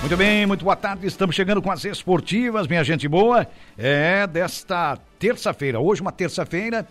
Muito bem, muito boa tarde. Estamos chegando com as esportivas, minha gente boa. É desta terça-feira, hoje uma terça-feira.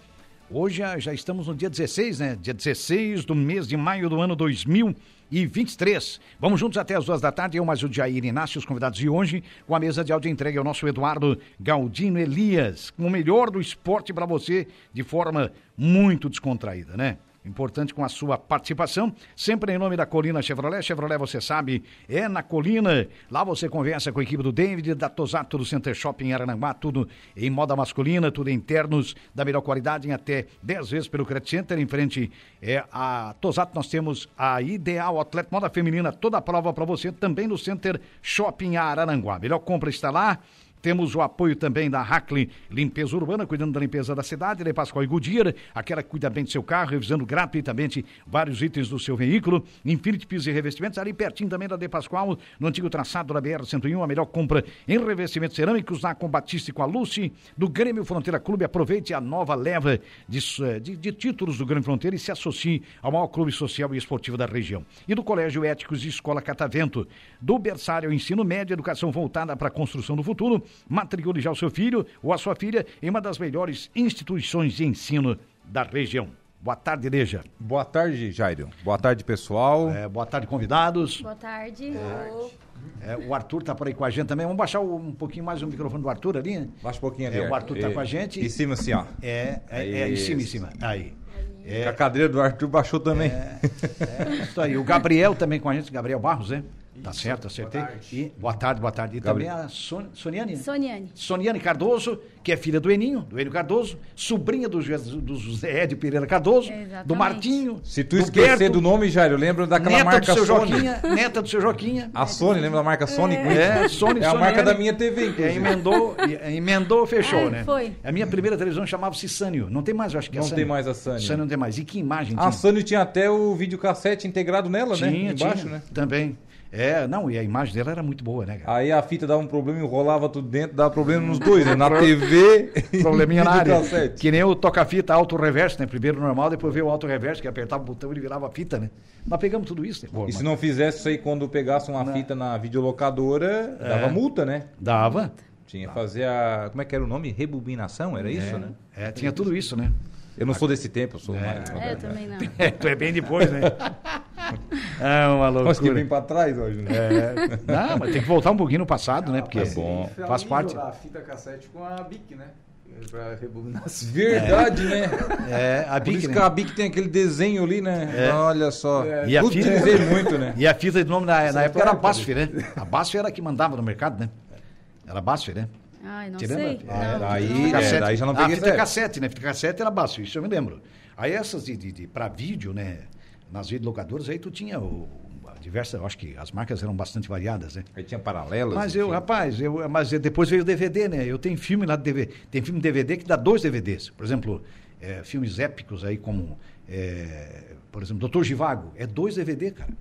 Hoje já, já estamos no dia 16, né? Dia 16 do mês de maio do ano 2023. Vamos juntos até as duas da tarde. Eu mais o Jair Inácio, os convidados de hoje, com a mesa de áudio entregue ao nosso Eduardo Galdino Elias. com O melhor do esporte para você de forma muito descontraída, né? Importante com a sua participação, sempre em nome da Colina Chevrolet. Chevrolet, você sabe, é na Colina. Lá você conversa com a equipe do David, da Tosato, do Center Shopping em Arananguá, tudo em moda masculina, tudo em ternos da melhor qualidade, em até 10 vezes pelo Credit Center. Em frente é a Tosato, nós temos a Ideal Atleta Moda Feminina, toda a prova para você, também no Center Shopping Arananguá. Melhor compra está lá. Temos o apoio também da Hackley Limpeza Urbana, cuidando da limpeza da cidade, de Pascoal e Goodyear, aquela que cuida bem do seu carro, revisando gratuitamente vários itens do seu veículo. Infinity Pisos e Revestimentos, ali pertinho também da De Pascoal, no antigo traçado da BR-101, a melhor compra em revestimentos cerâmicos, na Combatista e com a Lucy, do Grêmio Fronteira Clube. Aproveite a nova leva de, eh, de, de títulos do Grêmio Fronteira e se associe ao maior clube social e esportivo da região. E do Colégio Éticos e Escola Catavento, do berçário ao ensino médio, educação voltada para a construção do futuro, matricule já o seu filho ou a sua filha em uma das melhores instituições de ensino da região. Boa tarde, Leja. Boa tarde, Jairo. Boa tarde, pessoal. É, boa tarde, convidados. Boa tarde. É, o Arthur está por aí com a gente também. Vamos baixar o- um pouquinho mais o microfone do Arthur ali. né? Baixa um pouquinho ali. É, o Arthur está E- com a gente. Em cima, assim, ó. É, é, é, em cima, em cima. Aí. É. A cadeira do Arthur baixou também. Isso aí. O Gabriel também com a gente, Gabriel Barros, né? Tá certo, acertei. Boa tarde, e, boa, tarde boa tarde. E também a Son, Soniane. né? Soniane. Soniane Cardoso, que é filha do Eninho, do Enio Cardoso, sobrinha do, José- do José Edio Pereira Cardoso, Exatamente. do Martinho. Se tu do esquecer Berto, do nome, Jairo, lembra daquela neta marca do seu Sony. Joquinha, neta do seu Joquinha. A Sony, lembra da marca Sony? É, Sony, É a Soniane. marca da minha TV, É, inclusive. emendou, e- emendou, fechou, Ai, né? Ah, foi. A minha primeira televisão chamava-se Sânio. Não tem mais, eu acho que é Não Sânio. tem mais a Sânio. Sânio não tem mais. E que imagem A Sony tinha até o videocassete integrado nela, né? Tinha, Embaixo, tinha, né? Também. É, não, e a imagem dela era muito boa, né, cara? Aí a fita dava um problema, enrolava tudo dentro, dava problema nos dois, né? Na TV e Probleminha no na área. videocassete. Que nem o toca-fita auto-reverso, né? Primeiro normal, depois veio o auto-reverso, que apertava o botão e ele virava a fita, né? Nós pegamos tudo isso, né? Pô, E se mas não fizesse isso aí quando pegasse uma fita na videolocadora, É. dava multa, né? Dava. Tinha que fazer a. Como é que era o nome? Rebobinação? Era isso, né? Tá. É, tinha tudo isso, né? Eu não sou desse tempo, eu sou mais. É, eu também não. É, tu é bem depois, né? É uma Nós que loucura. vem pra trás hoje, né? É. Não, mas tem que voltar um pouquinho no passado, né? Porque É bom. faz parte. A fita cassete com a BIC, né? Pra rebobinar. Verdade, né? É, a Por Bic, isso né? que a Bic tem aquele desenho ali, né? Olha só. E a Tudo fita- dizer muito, né? E a fita de nome na, na é época era a Basf, né? A Basf era a que mandava no mercado, né? Era a Basf, né? Ai, não Te lembra? sei. É, Não, daí- não. é, daí já não a peguei fita essa Ah, cassete, né? Fita cassete era baixo, isso eu me lembro. Aí essas de, de, de para vídeo, né? Nas videolocadoras, aí tu tinha o, diversas, eu acho que as marcas eram bastante variadas, né? Aí tinha paralelas. Mas eu, enfim. rapaz, eu, mas depois veio o DVD, né? Eu tenho filme lá de DVD. Tem filme DVD que dá dois DVDs. Por exemplo, é, filmes épicos aí como, é, por exemplo, Doutor Givago. É dois DVD, cara.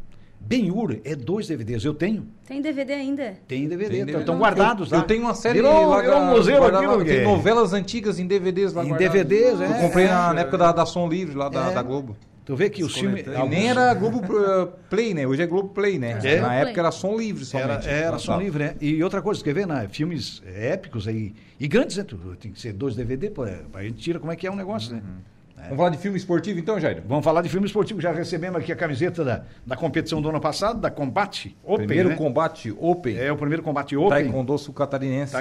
Ben-Hur é dois DVDs. Eu tenho. Tem DVD ainda? Tem DVD. Tem DVD. Estão Não, guardados eu, lá. Eu tenho uma série Virou, virou um guarda- museu guardava- aquilo. Tem é. novelas antigas em DVDs lá Em guardadas. DVDs, Eu é, comprei é. na, na época da, da Som Livre, lá da, É. da Globo. Tu vê que o filme... E nem era Globo eh, Play, né? Hoje é Globo Play, né? É. Na época era Som Livre Era, somente. era só Tá. livre, né? E outra coisa, quer ver, né? Filmes épicos aí, e grandes, né? Tu- Tem que ser dois DVD, pô, é, a gente tira como é que é o negócio, né? Vamos falar de filme esportivo então, Jair? Vamos falar de filme esportivo, já recebemos aqui a camiseta da, da competição do ano passado, da Combate Open, Primeiro né? combate Open. É o primeiro combate Open, Tá taekwondo, Taekwondo sul-catarinense.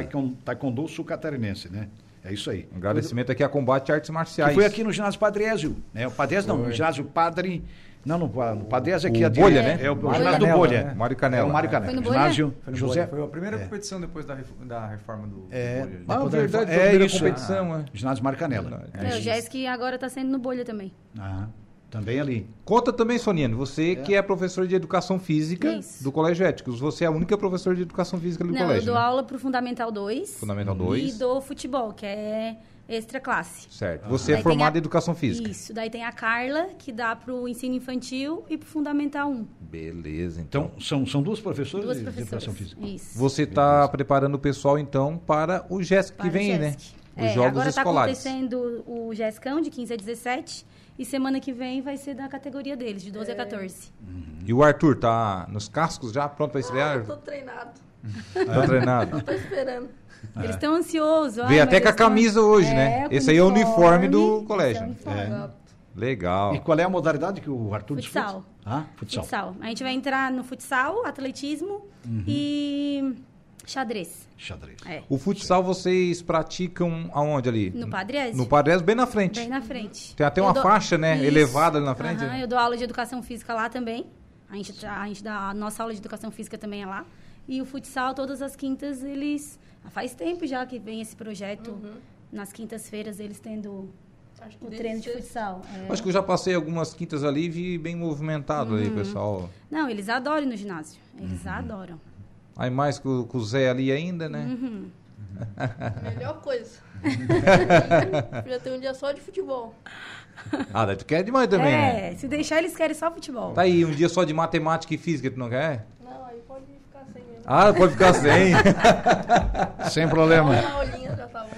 taekwondo sul-catarinense, né? É isso aí. Um Agradecimento aqui a Combate Artes Marciais. Que foi aqui no ginásio Padre Ézio, né? O Padre Ézio não, no ginásio Padre... Não, no, no Padre Ézio é aqui... O a Bolha, dire- né? É o, o Mário ginásio do Canela, Bolha. né? Mário Canela. É o Mário Canela. Foi no Bolha? ginásio Foi, no José... Bolha. foi a primeira competição depois da, ref- da reforma do. É, do Bolha, né? Ah, depois da verdade, reforma- foi a primeira isso, Ah, competição, é. Ginásio Mário Canela. É, o Jéssica agora tá saindo no bolha também. Ah, Também ali. Conta também, Soniane, você que é professora de educação física É Isso. do Colégio Éticos. Você é a única professora de educação física do Não, colégio. eu dou né? aula pro Fundamental 2. Fundamental E 2. dou futebol, que é extra classe. Certo. Você é Daí tem formada a- em educação física. Ah. Isso. Daí tem a Carla, que dá pro ensino infantil e pro Fundamental 1. Beleza, então. Então, são, são duas professoras Duas de professoras. educação física. Isso. Você está preparando o pessoal, então, para o GESC Para que o vem, né? Jesc. Os É, Jogos agora está Escolares. acontecendo o Jescão de 15 a 17 e semana que vem vai ser da categoria deles, de É. 12 a 14. E o Arthur tá nos cascos já, pronto para estrear? Ah, Tô treinado, Tá treinado. tô esperando. Eles estão ansiosos. ai, Veio meu É. até com a Deus, tão- camisa hoje, É, né? com Esse aí é o uniforme do esse é o colégio. É. uniforme. Legal. E qual é a modalidade que o Arthur Futsal. disputa? Ah, futsal. Futsal. A gente vai entrar no futsal, atletismo Uhum. e xadrez. Xadrez. É. O futsal vocês praticam aonde ali? No Padre Ezio. No Padre Ezio, bem na frente. Bem na frente. Tem até uma faixa, né, elevada ali na frente, Aham, né? Eu dou aula de educação física lá também. A gente, tra- a gente dá a nossa aula de educação física também é lá. E o futsal, todas as quintas, eles. ah, Faz tempo já que vem esse projeto. Nas quintas-feiras, eles tendo Acho que o desde treino de sexta. futsal. É. Acho que eu já passei algumas quintas ali e vi bem movimentado ali, Uhum. pessoal. Não, eles adoram ir no ginásio. Eles Uhum. adoram. Aí mais com, o- com o Zé ali ainda, né? Uhum. é Melhor coisa. Já tem um dia só de futebol. Ah, daí tu quer demais também, né? É, se deixar, eles querem só futebol. Tá aí, um dia só de matemática e física, tu não quer? Não, aí pode ficar sem mesmo. Ah, pode ficar sem. Sem problema. Uma aulinha já tá bom.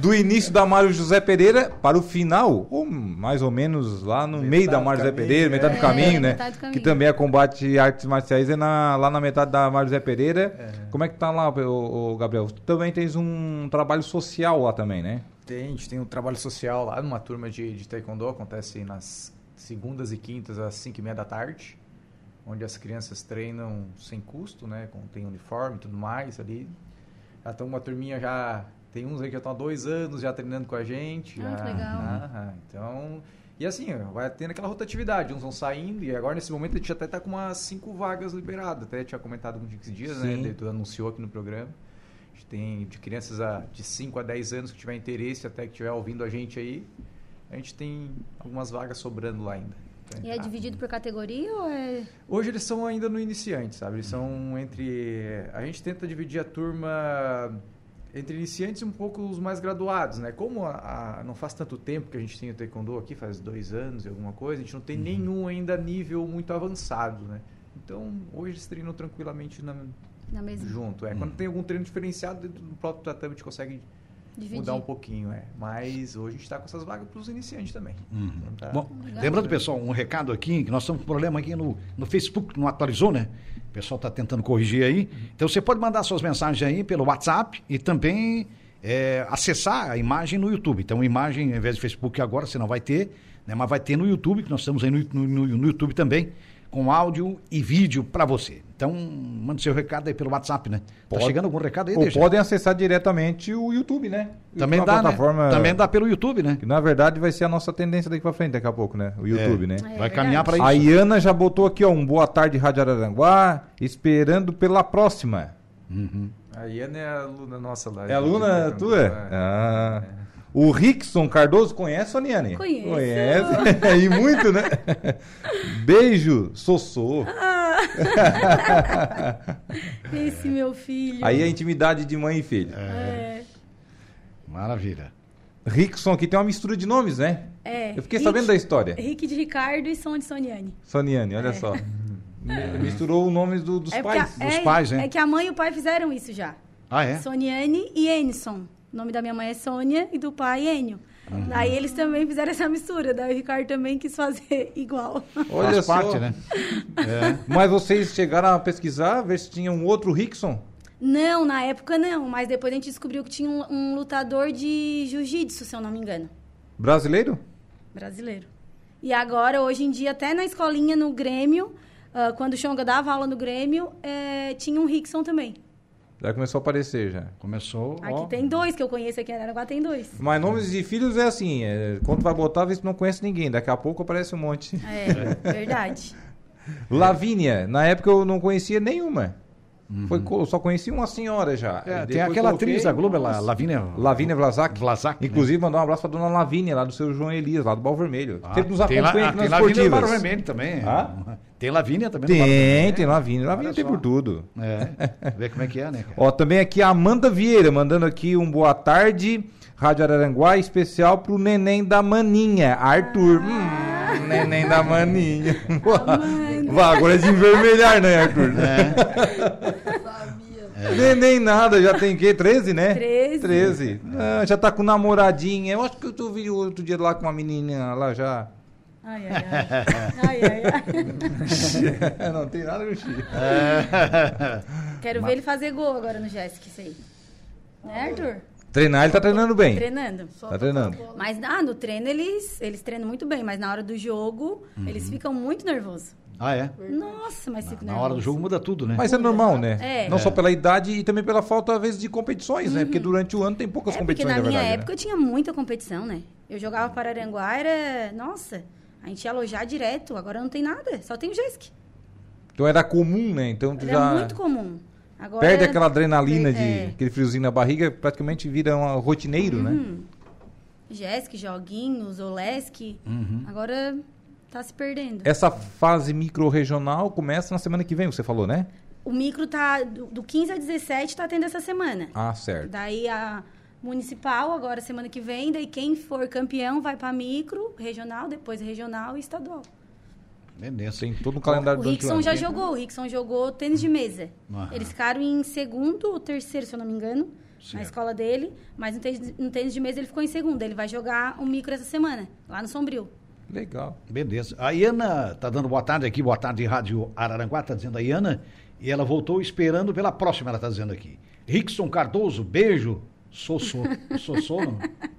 Do início da Mário José Pereira para o final, ou mais ou menos lá no meio da do Mário José caminho, Pereira, né? metade do É, caminho, né? metade do caminho. Que também é combate artes marciais, é na- lá na metade da Mário José Pereira. Como é que tá lá, ô, ô, Gabriel? Tu também tens um trabalho social lá também, né? Tem, a gente tem um trabalho social lá, numa turma de, de taekwondo, acontece nas segundas e quintas às 5 e meia da tarde, onde as crianças treinam sem custo, né, com, tem uniforme e tudo mais ali. Já estão uma turminha já, tem uns aí que já estão há dois anos já treinando com a gente. Ah, já, que legal. Aham, então, e assim, ó, vai tendo aquela rotatividade, uns vão saindo, e agora nesse momento a gente até tá com umas cinco vagas liberadas, até tinha comentado com o Dix Dias, Sim. né, tu anunciou aqui no programa. A gente tem de crianças a, de 5 a 10 anos que tiver interesse, até que tiver ouvindo a gente aí. A gente tem algumas vagas sobrando lá ainda. E é Tá. dividido por categoria ou é. Hoje eles são ainda no iniciante, sabe? Eles são entre. A gente tenta dividir a turma entre iniciantes e um pouco os mais graduados, né? Como a- a- não faz tanto tempo que a gente tem o Taekwondo aqui, faz dois anos e alguma coisa, a gente não Uhum. tem nenhum ainda nível muito avançado, né? Então, hoje eles treinam tranquilamente na, Na mesma. junto. Uhum. É, quando tem algum treino diferenciado, dentro do próprio tatame a gente consegue Dividir. mudar um pouquinho, é. Mas hoje a gente tá com essas vagas pros iniciantes também. Uhum. Então tá- Bom, lembrando, pessoal, um recado aqui, que nós estamos com um problema aqui no, no Facebook, que não atualizou, né? O pessoal está tentando corrigir aí. Então você pode mandar suas mensagens aí pelo WhatsApp e também é, acessar a imagem no YouTube. Então, imagem, ao invés de Facebook agora, você não vai ter, né? Mas vai ter no YouTube, que nós estamos aí no, no- no YouTube também, com áudio e vídeo para você. Então, manda seu recado aí pelo WhatsApp, né? Pode. Tá chegando algum recado aí, Ou deixa. podem acessar diretamente o YouTube, né? Também Uma dá, né? plataforma Também dá pelo YouTube, né? Que na verdade vai ser a nossa tendência daqui pra frente, daqui a pouco, né? O YouTube, né? É Vai caminhar para verdade. isso. A Iana já botou aqui, ó, um boa tarde, Rádio Araranguá, esperando pela próxima. A Iana é a aluna nossa lá. É aluna Então, tua? é. Ah. O Rickson Cardoso conhece, Soniane? Conheço. Conhece. e muito, né? Beijo, Sossô. Ah. Esse meu filho. Aí a intimidade de mãe e filho. É. Maravilha. Rickson aqui tem uma mistura de nomes, né? É. Eu fiquei Rick- sabendo da história. Rick de Ricardo e Som de Soniane. Soniane, olha só. Mi- Misturou os nomes do- dos porque pais. a, dos É. é, pais, né? é que a mãe e o pai fizeram isso já. Ah, é? Soniane e Enison. O nome da minha mãe é Sônia e do pai Enio. Uhum. Daí eles também fizeram essa mistura. Daí o Ricardo também quis fazer igual. Olha Faz só. parte, né? Mas vocês chegaram a pesquisar, ver se tinha um outro Rickson? Não, na época não. Mas depois a gente descobriu que tinha um, um lutador de jiu-jitsu, se eu não me engano. Brasileiro? Brasileiro. E agora, hoje em dia, até na escolinha, no Grêmio, ah, quando o Xonga dava aula no Grêmio, eh, tinha um Rickson também. Já começou a aparecer já. Começou. ó. Aqui tem dois que eu conheço aqui em Aranaguá, tem dois. Mas nomes de filhos é assim, é, quando vai botar, vê se não conhece ninguém. Daqui a pouco aparece um monte. É, verdade. Lavínia, na época eu não conhecia nenhuma. Uhum. Foi co- eu só conheci uma senhora já. E É, tem depois aquela coloquei- atriz da Globo, ela, Nossa. Lavínia. Lavínia Vlasak. Vlasak, né? Inclusive, mandar um abraço pra dona Lavínia, lá do seu João Elias, lá do Bal Vermelho. Ah, Sempre nos tem acompanha lá, ah, aqui tem Lavínia nas do Barro esportivas. Vermelho também. Hã? Tem Lavínia também do Barro Tem, tem Lavínia. Lavínia Olha tem só. por tudo. É, vê como é que é, né, cara? Ó, também aqui a Amanda Vieira, mandando aqui um boa tarde, Rádio Araranguá, especial pro neném da maninha, Arthur. Hum, neném da maninha. Vá, agora é de envermelhar, né, Arthur? Sabia. Neném nada, já tem que 13, né? 13. 13. Ah, já tá com namoradinha. Eu acho que eu tu vi outro dia lá com uma menininha lá já. Ai, ai, ai. ai, ai, ai. Não tem nada com Chico. Quero ver ele fazer gol agora no Jéssica, isso aí. Né, Arthur? Treinar, ele tá treinando É. bem. Treinando. Só Tá tocar treinando. a bola. Mas ah, no treino eles, eles treinam muito bem, mas na hora do jogo eles ficam muito nervosos. Ah, é? Nossa, mas ficam Uhum. Na nervosos. hora do jogo muda tudo, né? Mas é normal, né? É. Não só pela idade e também pela falta, às vezes, de competições, né? Porque durante o ano tem poucas É porque competições, na na, minha verdade. né? época eu tinha muita competição, né? Eu jogava para Aranguá, era. Nossa, a gente ia alojar direto, agora não tem nada, só tem o Jesk. né? Então era comum, né? Então tu Era já muito comum. Agora, perde aquela adrenalina É. de aquele friozinho na barriga, praticamente vira um rotineiro, né? Uhum. Jesk, Joguinhos, Olesk. Uhum. Agora tá se perdendo. Essa fase micro-regional começa na semana que vem, você falou, né? O micro tá. Do, do 15 a 17 tá tendo essa semana. Ah, certo. Daí a municipal, agora semana que vem, daí quem for campeão vai para micro, regional, depois regional e estadual. Beleza. Tem todo um calendário o durante Rickson ano. já jogou, o Rickson jogou tênis de mesa. Aham. Eles ficaram em segundo ou terceiro, se eu não me engano, na Certo. escola dele, mas no tênis, no tênis de mesa ele ficou em segundo. Ele vai jogar o micro essa semana, lá no Sombrio. Legal. Beleza. A Iana tá dando boa tarde aqui, boa tarde, Rádio Araranguá, tá dizendo a Iana, e ela voltou esperando pela próxima, ela tá dizendo aqui. Rickson Cardoso, beijo, Sossô. Sossô, não?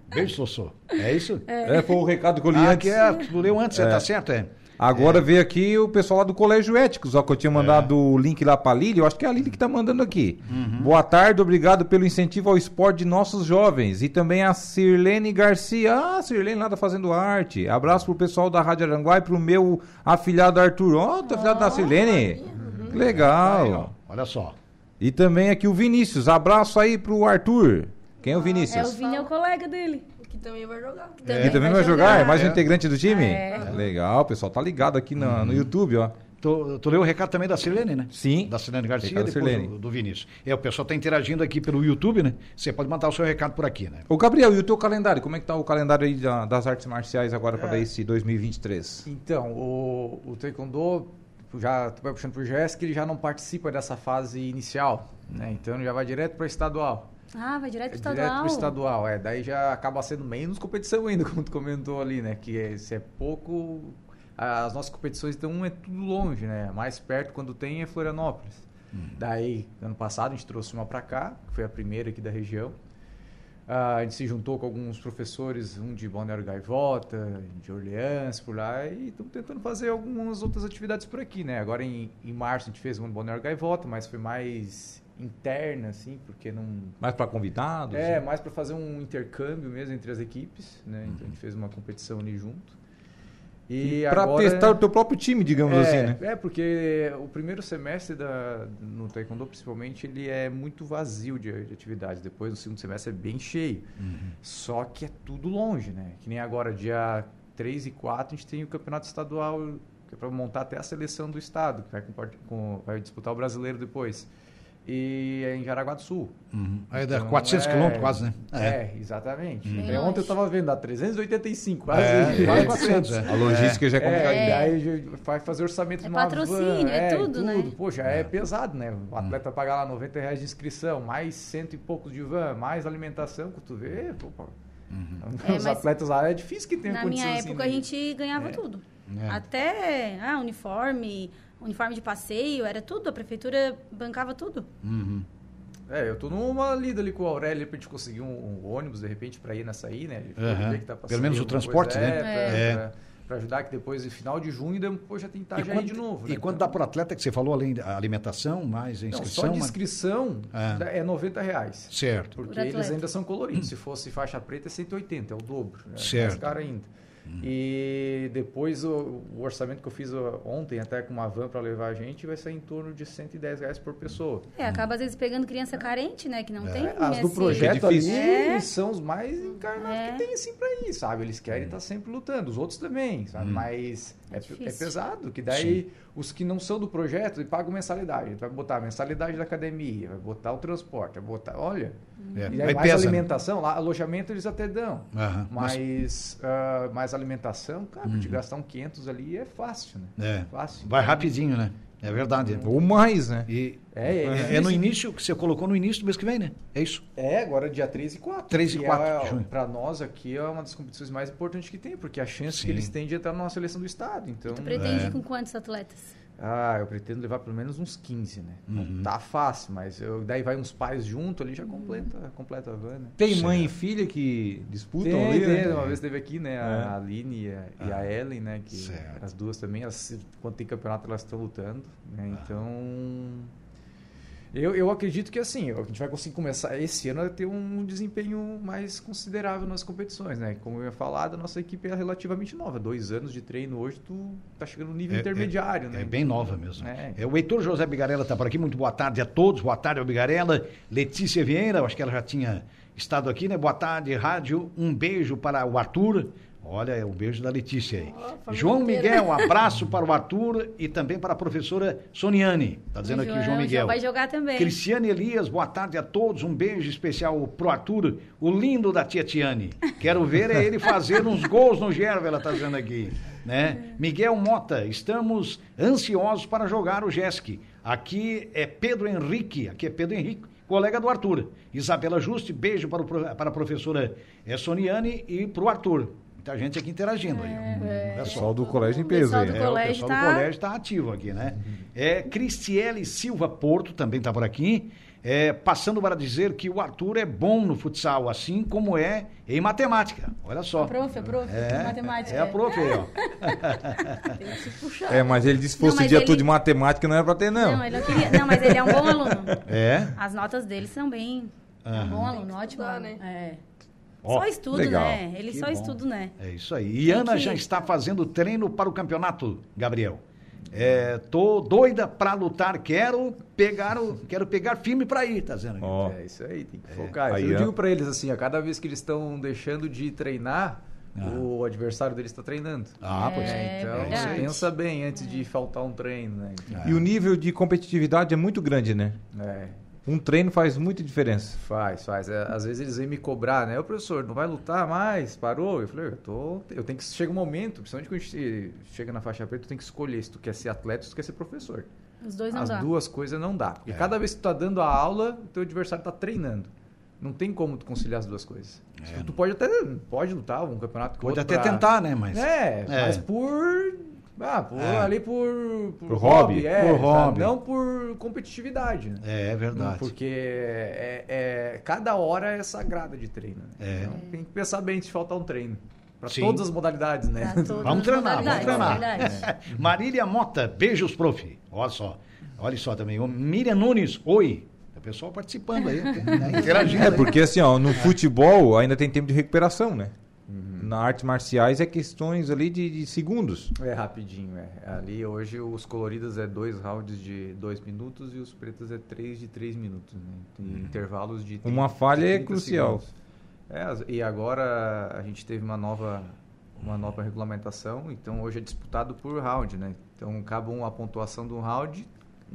Beijo, Sossô. É isso? É, foi o recado que eu li Ah, que antes. é, tu leu antes, é. tá certo, é. É. Agora veio aqui o pessoal lá do Colégio Éticos, ó, que eu tinha mandado o link lá pra Lili, eu acho que é a Lili que tá mandando aqui. Uhum. Boa tarde, obrigado pelo incentivo ao esporte de nossos jovens. E também a Sirlene Garcia. Ah, Sirlene lá tá fazendo arte. Abraço pro pessoal da Rádio Aranguai, pro meu afilhado Arthur. Ó, tá afilhado da Sirlene. Que legal. Aí, ó, olha só. E também aqui o Vinícius. Abraço aí pro Arthur. Quem é o Vinícius? É, o Vini é o colega dele. Que também vai jogar. Que Que também também vai jogar? É mais um É. integrante do time? É. Legal, o pessoal tá ligado aqui na- Uhum. no YouTube, ó. Tu, tu leu o recado também da Silene, né? Sim. Da Silene Garcia, Recado da depois Sirlene. Do, do Vinícius. É, o pessoal tá interagindo aqui pelo YouTube, né? Você pode mandar o seu recado por aqui, né? Ô Gabriel, e o teu calendário? Como é que tá o calendário aí da- das artes marciais agora Ah. para esse 2023? Então, o, o Taekwondo, já tu vai puxando pro Jéssica, ele já não participa dessa fase inicial, né? Então ele já vai direto para estadual. Ah, vai direto pro É estadual. Direto pro estadual, é. Daí já acaba sendo menos competição ainda, como tu comentou ali, né? Que é, se é pouco. a- As nossas competições, então, é tudo longe, né? Mais perto, quando tem, é Florianópolis. Daí, ano passado, a gente trouxe uma pra cá, que foi a primeira aqui da região. Ah, a gente se juntou com alguns professores, um de Balneário Gaivota, de Orleans, por lá, e estamos tentando fazer algumas outras atividades por aqui, né? Agora em, em março a gente fez um de Balneário Gaivota, mas foi mais interna, assim, porque não, Mais para convidados? é, mais para fazer um intercâmbio mesmo entre as equipes, né? Então a Uhum. gente fez uma competição ali junto. E, Para agora- testar o teu próprio time, digamos é, assim, né? É, porque o primeiro semestre da, no Taekwondo, principalmente, ele é muito vazio de, de atividades. Depois, no segundo semestre, é bem cheio. Uhum. Só que é tudo longe, né? Que nem agora, dia 3 e 4, a gente tem o campeonato estadual, que é para montar até a seleção do estado, que vai, compart- com- vai disputar o brasileiro depois. E é em Jaraguá do Sul. Uhum. Aí dá Então, 400 é- quilômetros quase, né? É, exatamente. Bem Até longe. ontem eu tava vendo, dá 385, quase. Hum. É, quase quase 400, é. A logística já é complicada. É, daí já vai fazer orçamento É de uma patrocínio, van, é e tudo, né? Pô, já é. pesado, né? O atleta Hum. pagar lá 90 reais de inscrição, mais cento e poucos de van, mais alimentação, que tu vê, pô, pô. Uhum. É, Os mas- atletas lá é difícil que tenham Na condição minha assim, época né? a gente ganhava tudo. É. Até ah, uniforme, uniforme de passeio, era tudo. A prefeitura bancava tudo. Uhum. É, eu tô numa lida ali com o Aurélio pra gente conseguir um, um ônibus, de repente, pra ir nessa aí, né? Pra Aham. ver que tá passando Pelo menos o alguma transporte, coisa, né? É. É, pra- pra- Pra ajudar que depois, no final de junho, daí, pô, já tem que estar E já aí quando- tá de novo. E né? quando Então- dá pro atleta, que você falou, além da alimentação, mais a Não, inscrição. só de mas- inscrição Ah. é 90 reais. Certo. Porque Por atleta. eles ainda são coloridos. Se fosse faixa preta, é 180, é o dobro. É mais Certo. caro ainda. E depois o, o orçamento que eu fiz ó, ontem, até com uma van para levar a gente, vai sair em torno de 110 reais por pessoa. Hum. É, acaba às vezes pegando criança carente, né? Que não É, tem. As do esse- projeto ali difícil. É. eles são os mais encarnados É. que tem assim pra ir, sabe? Eles querem estar sempre lutando, os outros também, sabe? Mas É é, pe- é difícil. pesado, que daí os que não são do projeto e pagam mensalidade. Vai botar a mensalidade da academia, vai botar o transporte, vai botar. Olha, É, e aí aí mais pesa, né? alimentação, lá, alojamento eles até dão. Aham, mas- Mas ah, mais alimentação, cara, de gastar um 500 ali é fácil, né? É. Fácil. Vai rapidinho, né? É verdade. Uhum. Ou mais, né? E É, é, é, no início, que você colocou no início do mês que vem, né? É isso. É, agora dia 3 e 4. 3 e 4 de junho. Para nós aqui é uma das competições mais importantes que tem, porque a chance Sim. que eles têm de entrar numa seleção do estado. Então, Tu É. pretende ir com quantos atletas? ah, eu pretendo levar pelo menos uns 15, né? Uhum. Não tá fácil, mas eu, daí vai uns pais junto ali já completa, completa a van, né? Tem mãe e filha que disputam Tem, ali, tem, né? uma vez teve aqui, né, É. a Aline e a, e a Ellen, né, que Certo. as duas também, elas, quando tem campeonato elas estão lutando, né, então... Eu, eu acredito que assim, a gente vai conseguir começar esse ano a ter um desempenho mais considerável nas competições, né, como eu ia falar, a nossa equipe é relativamente nova, dois anos de treino hoje, tu tá chegando no nível É, é, intermediário, né. É bem nova mesmo. É. É, o Heitor José Bigarella está por aqui. Muito boa tarde a todos. Boa tarde ao Bigarella. Letícia Vieira, eu acho que ela já tinha estado aqui, né? Boa tarde, rádio. Um beijo para o Arthur. Olha, é um beijo da Letícia aí. Ó, a família João inteira. Miguel, um abraço para o Arthur e também para a professora Soniane. Está dizendo aqui o João Miguel. Vai jogar também. Cristiane Elias, boa tarde a todos. Um beijo especial pro Arthur, o lindo da tia Tiane. Quero ver é ele fazer uns gols no Gerva, ela tá dizendo aqui. Né? Miguel Mota, estamos ansiosos para jogar o Jesc. Aqui é Pedro Henrique, aqui é Pedro Henrique, colega do Arthur. Isabela Juste, beijo para, o pro- para a professora eh, Soniane e pro Arthur. Muita gente aqui interagindo aí. Hum, Olha só. Pessoal É do colégio em O peso pessoal aí. do É, né? o colégio. pessoal tá- do colégio está ativo aqui, né? É, Cristiele Silva Porto também está por aqui, é, passando para dizer que o Arthur é bom no futsal, assim como é em matemática. Olha só. Prof, é prof, matemática. É a prof aí, ó. Tem que se puxar. É, mas ele disse que fosse Não, mas dia todo ele- de matemática, não era pra ter, não. Não, ele não queria. Não, mas ele é um bom aluno. É. As notas dele são bem. É um bom aluno, ótimo. estudar, aluno. É. Ó, só estudo, legal. né? Ele Que só bom. estudo, né? É isso aí. E Ana que- já está fazendo treino para o campeonato, Gabriel. É, tô doida para lutar, quero pegar o, quero pegar firme para ir, tá dizendo? aqui. Ó, É isso aí, tem que focar. Aí, eu ó. digo pra eles assim, a cada vez que eles estão deixando de treinar, o adversário deles está treinando. Ah, pois é. É, então verdade. pensa bem antes de faltar um treino, né? é. Então, E o nível de competitividade é muito grande, né? é, Um treino faz muita diferença. faz, faz. É, Às vezes eles vêm me cobrar, né? O professor não vai lutar mais, parou. Eu falei, eu tô, eu tenho que chega um momento, principalmente quando a gente chega na faixa preta, tu tem que escolher se tu quer ser atleta ou se tu quer ser professor. Os dois não As dá. duas coisas não dá. É. Porque cada vez que tu tá dando a aula, o teu adversário tá treinando. Não tem como tu conciliar as duas coisas. tu pode até pode lutar um campeonato com É. Pode outro até pra- tentar, né? Mas É, É. mas por. Ah, por ali por. Por, Por hobby. é, Por sabe? hobby. Não por competitividade, né? é, é verdade. Porque é, é- cada hora é sagrada de treino. É. né? Então tem que pensar bem se faltar um treino. Pra Sim. todas as modalidades, né? Pra todas Vamos as treinar, vamos É, modalidades, treinar. É verdade. Marília Mota, beijos, prof. Olha só. Olha só também. O Miriam Nunes, oi. O pessoal participando aí, né, interagindo. É, aí. porque assim, ó, no futebol ainda tem tempo de recuperação, né? Na artes marciais é questões ali de, de segundos. É rapidinho, é. Ali hoje os coloridos é dois rounds de dois minutos e os pretos é três de três minutos, né? Tem Uhum. intervalos de Uma 30, falha é 30 crucial. segundos. É, as- e agora a gente teve uma nova uma nova regulamentação, então hoje é disputado por round, né? Então acaba uma pontuação de um round,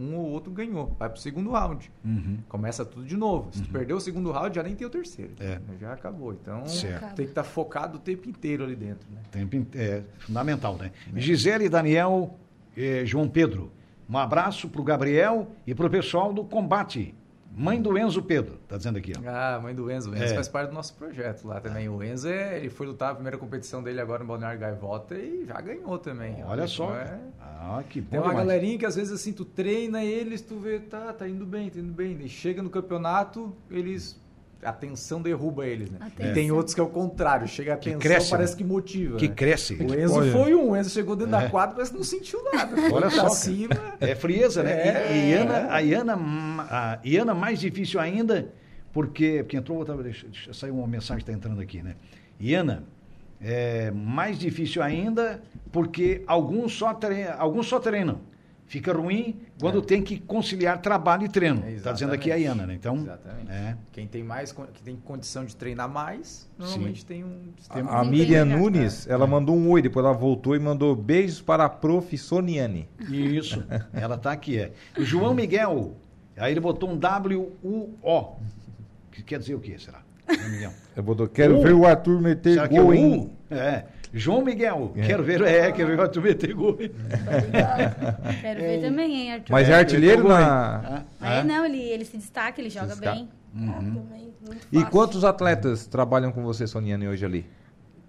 um ou outro ganhou, vai pro segundo round. Uhum. Começa tudo de novo. Se tu perdeu o segundo round, já nem tem o terceiro. É. Já acabou. Então Certo. tem que estar focado o tempo inteiro ali dentro, né? Tempo in- é fundamental, né? Gisele, Daniel, eh, João Pedro. Um abraço pro Gabriel e pro pessoal do combate. Mãe do Enzo Pedro, tá dizendo aqui, ó. Ah, a mãe do Enzo. O Enzo É. faz parte do nosso projeto lá também. O Enzo, é, ele foi lutar a primeira competição dele agora no Balneário Gaivota e já ganhou também. Olha só. É. cara. Ah, que bom. Tem uma demais. galerinha que às vezes assim, tu treina eles, tu vê, tá, tá indo bem, tá indo bem. E chega no campeonato, eles... A tensão derruba eles, né? A E tensão. tem outros que é o contrário. Chega a tensão, cresce, parece né? que motiva. Que né? cresce. É. O Enzo Olha. foi um. O Enzo chegou dentro da quadra, mas não sentiu nada. tá Olha Foi só, pra cima. É frieza, né? É. E, e Ana, a Iana, hum, a Iana mais difícil tá ainda, porque, porque entrou outra. Deixa, deixa eu sair uma mensagem que está entrando aqui, né? Iana, é mais difícil ainda, porque alguns só, tre- alguns só treinam. Fica ruim quando tem que conciliar trabalho e treino. É, Está dizendo aqui a exatamente. Iana, né? Então, Exatamente. é. Quem tem mais, con- que tem condição de treinar mais, normalmente tem um sistema. A, a Desempenho Miriam melhor. Nunes, ela mandou um oi, depois ela voltou e mandou beijos para a prof. Soniane. Isso, ela tá aqui, é. O João Miguel, aí ele botou um W-U-O, que quer dizer o que, será? João Miguel. Eu botou, quero Uh, ver o Arthur meter Será que é gol o em... U? É. João Miguel, quero ver, é, quero ver o Arthur meter gol. É. Quero ver também, hein, Arthur? Mas é artilheiro gol, hein? na... Ah, Aí né? não, é? ele, ele se destaca, ele joga destaca. bem. Também, Uhum. muito E fácil. quantos atletas trabalham com você, Soniane, hoje ali?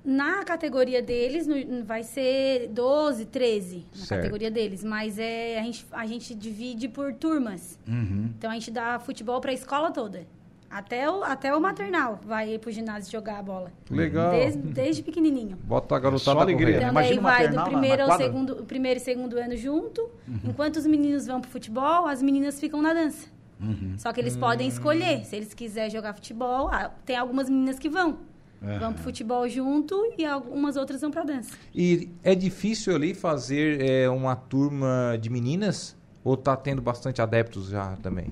Na categoria deles, no- vai ser 12, 13 na Certo. categoria deles. Mas é, a, gente, a gente divide por turmas. Uhum. Então a gente dá futebol pra escola toda. Até o, até o maternal vai pro ginásio jogar a bola. Legal. Desde, desde pequenininho. Bota a Só garotada a alegria. correr. né? Então Imagina daí o vai do maternal na- primeiro na ao quadra. Uhum. segundo, primeiro e segundo ano junto, enquanto os meninos vão pro futebol, as meninas ficam na dança. Uhum. Só que eles podem escolher, se eles quiserem jogar futebol, ah, tem algumas meninas que vão. É. Vão pro futebol junto e algumas outras vão pra dança. E é difícil ali fazer é, uma turma de meninas? Ou tá tendo bastante adeptos já também?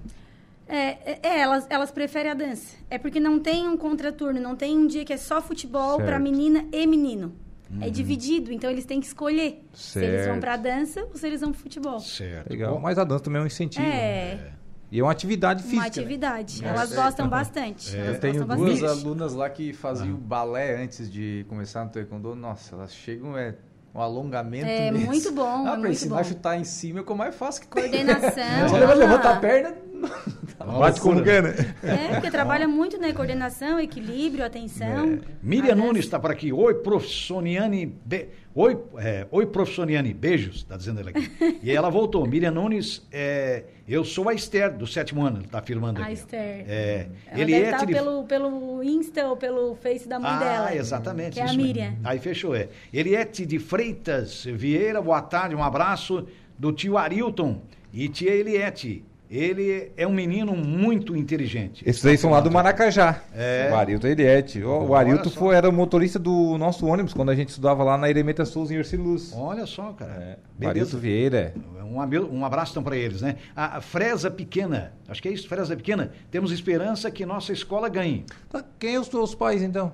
É, é, é, elas, elas preferem a dança. É porque não tem um contraturno, não tem um dia que é só futebol pra Certo. menina e menino. Uhum. É dividido, então eles têm que escolher se eles vão Certo. pra dança ou se eles vão pro futebol. ah. Certo. Legal. Mas a dança também é um incentivo. né? É, E é uma atividade física. uma né? atividade. é, Elas gostam bastante. Elas Eu tenho gostam duas bastante. alunas lá que faziam Ah. balé antes de começar no taekwondo. Nossa, elas chegam, é um alongamento É mesmo. muito bom, Ah, é pra muito ensinar bom. a chutar em cima, é como mais fácil que correr. Coordenação. Só levantar a tá ah, perna. Uma Tá Bate como loucura. quer, né? É, porque trabalha muito, né? Coordenação, equilíbrio, atenção. Miriam A dança. Nunes está por aqui. Oi, prof. Soniane. Be... Oi, é, Oi, prof. Soniane. Beijos, está dizendo ela aqui. E ela voltou. Miriam Nunes, é, eu sou a Esther, do sétimo ano, está afirmando aqui. A ó. Esther. É, Ela ele deve é estar tri- pelo, pelo Insta ou pelo Face da mãe ah, dela. exatamente. Que é a isso mesmo. Miriam. Aí fechou, é. Eliette de Freitas Vieira, boa tarde, um abraço do tio Arilton e tia Eliette. Ele é um menino muito inteligente. Esses aí são lá do Maracajá. É. O Arilton e Eliette. O, o Olha Arilton só. foi, era o motorista do nosso ônibus quando a gente estudava lá na Eremita Souza em Erciluz. Olha só, cara. O É, Arilton Vieira. Um, abi- um abraço então para eles, né? A a Fresa Pequena, acho que é isso, Fresa Pequena. Temos esperança que nossa escola ganhe. Tá, Quem é os teus pais então?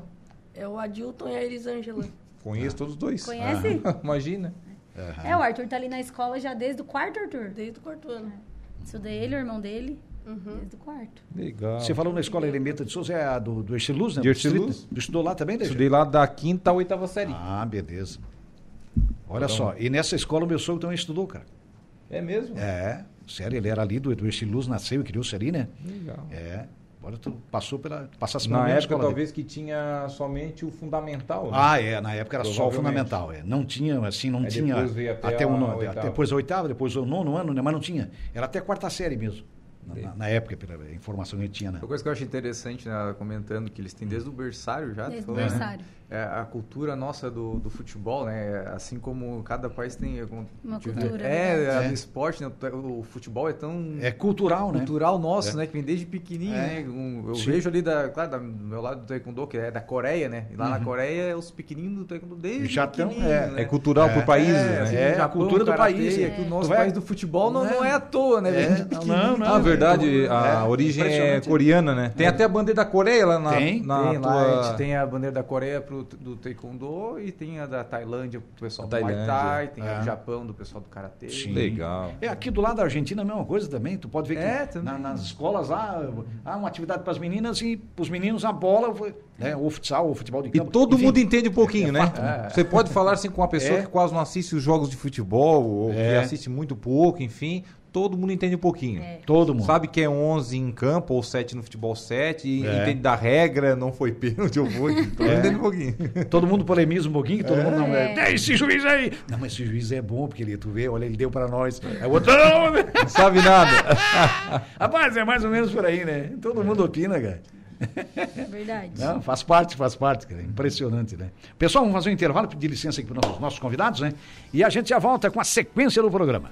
É o Adilton e a Elisângela. Conheço todos os dois. Conhece? Imagina. É, o Arthur tá ali na escola já desde o quarto, Arthur. Desde o quarto Uhum. ano. Estudei ele, o irmão dele. Desde o quarto. Legal. Você falou na escola Elementa de Souza, é a do, do Erciluz, né? Ah. De Erciluz. Distrito. Tu estudou lá também, Dejaí? Estudei lá da quinta à oitava série. Ah, beleza. Olha Então- só, e nessa escola o meu sogro também estudou, cara. É mesmo? É, sério, ele era ali do, do Erciluz, nasceu e criou-se ali, né? Legal. É. Agora tu passou pela. tu Passasse pela Na mesma época escola dele. talvez que tinha somente o fundamental. né? Ah, é, na época era só o Provavelmente. fundamental, é. Não tinha, assim, não Aí tinha. depois veio até o a nono, oitava. até- depois a oitava, depois o nono ano, né? Mas não tinha. Era até a quarta série mesmo. Na, na- na época, pela informação que eu tinha, né? Uma coisa que eu acho interessante, né, comentando que eles têm desde o berçário Tá já. tu Desde o falou, né? berçário. É, a cultura nossa do, do futebol, né? Assim como cada país tem... algum Uma tipo- cultura, É, verdade. a É. do esporte, né? O futebol é tão... É cultural, né? cultural nosso, É. né? Que vem desde pequenininho, É. né? Um- eu Sim. vejo ali, da, claro, da- do meu lado do Taekwondo, que é da Coreia, né? E lá na Coreia, os pequeninos do Taekwondo desde Uhum. Já tão- pequenininho, é, né? É cultural por países, É, né? assim, É, o a cultura do karatê, país, e é. aqui o Tu nosso vai- país do futebol não, não é à toa, né? É, Vem de não, pequenininho. não, Na verdade, Então, a é, origem é impressionante. coreana, né? Tem até a bandeira da Coreia lá na, Tem, na tem tua... lá, a gente tem a bandeira da Coreia pro, do Taekwondo e tem a da Tailândia pro pessoal do Muay Tailândia. Thai, tem a É. do Japão do pessoal do Karatê. Sim. Legal. É, aqui do lado da Argentina é a mesma coisa também. Tu pode ver que É, também. na- nas escolas lá há uma atividade para as meninas e para os meninos a bola, né? O futsal, o futebol de E campo. todo Então, Enfim, mundo entende um pouquinho, né? né? Você pode falar assim com uma pessoa É. que quase não assiste os jogos de futebol ou É. que assiste muito pouco, enfim, todo mundo entende um pouquinho. Todo mundo. Sabe que é 11 em campo ou 7 no futebol 7 e É. entende da regra, não foi pênalti ou foi, todo mundo entende um pouquinho. Todo mundo polemiza um pouquinho, todo mundo não é. "É Esse juiz aí! Não, mas esse juiz é bom, porque ele, tu vê, olha, ele deu para nós. Aí o outro, não, né? Não sabe nada. rapaz, é mais ou menos por aí, né? Todo mundo opina, cara. É verdade. Não, faz parte, faz parte, cara. Impressionante, né? Pessoal, vamos fazer um intervalo, pedir licença aqui para os nossos convidados, né? E a gente já volta com a sequência do programa.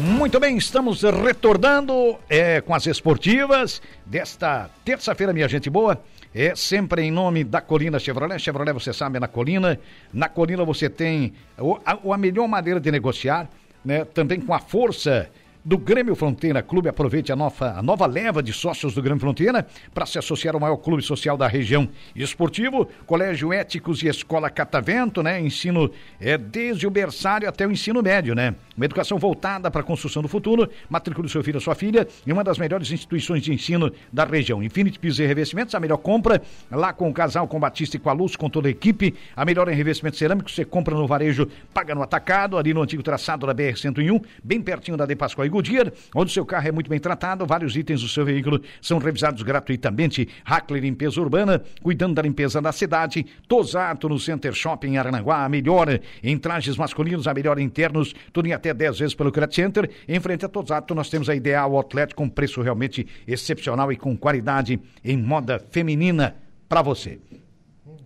Muito bem, estamos retornando é, com as esportivas desta terça-feira, minha gente boa. É sempre em nome da Colina Chevrolet. Chevrolet, você sabe, é na Colina. Na Colina você tem o- a, a melhor maneira de negociar, né? Também com a força do Grêmio Fronteira Clube. Aproveite a nova, a nova leva de sócios do Grêmio Fronteira para se associar ao maior clube social da região esportivo, Colégio Éticos e Escola Catavento, né? Ensino é, desde o berçário até o ensino médio, né? Uma educação voltada para a construção do futuro. Matricule seu filho e sua filha em uma das melhores instituições de ensino da região. Infinity Pisos e Revestimentos, a melhor compra lá com o casal, com o Batista e com a Luz, com toda a equipe. A melhor em revestimento cerâmico, você compra no varejo, paga no atacado, ali no antigo traçado da BR-101, bem pertinho da De Pascoal e Goodyear, onde seu carro é muito bem tratado, vários itens do seu veículo são revisados gratuitamente. Hackler Limpeza Urbana, cuidando da limpeza da cidade. Tosato no Center Shopping em Aranaguá, a melhor em trajes masculinos, a melhor em internos, tudo em até 10 vezes pelo Credit Center. Em frente a Tosato, nós temos a Ideal Outlet com preço realmente excepcional e com qualidade em moda feminina para você.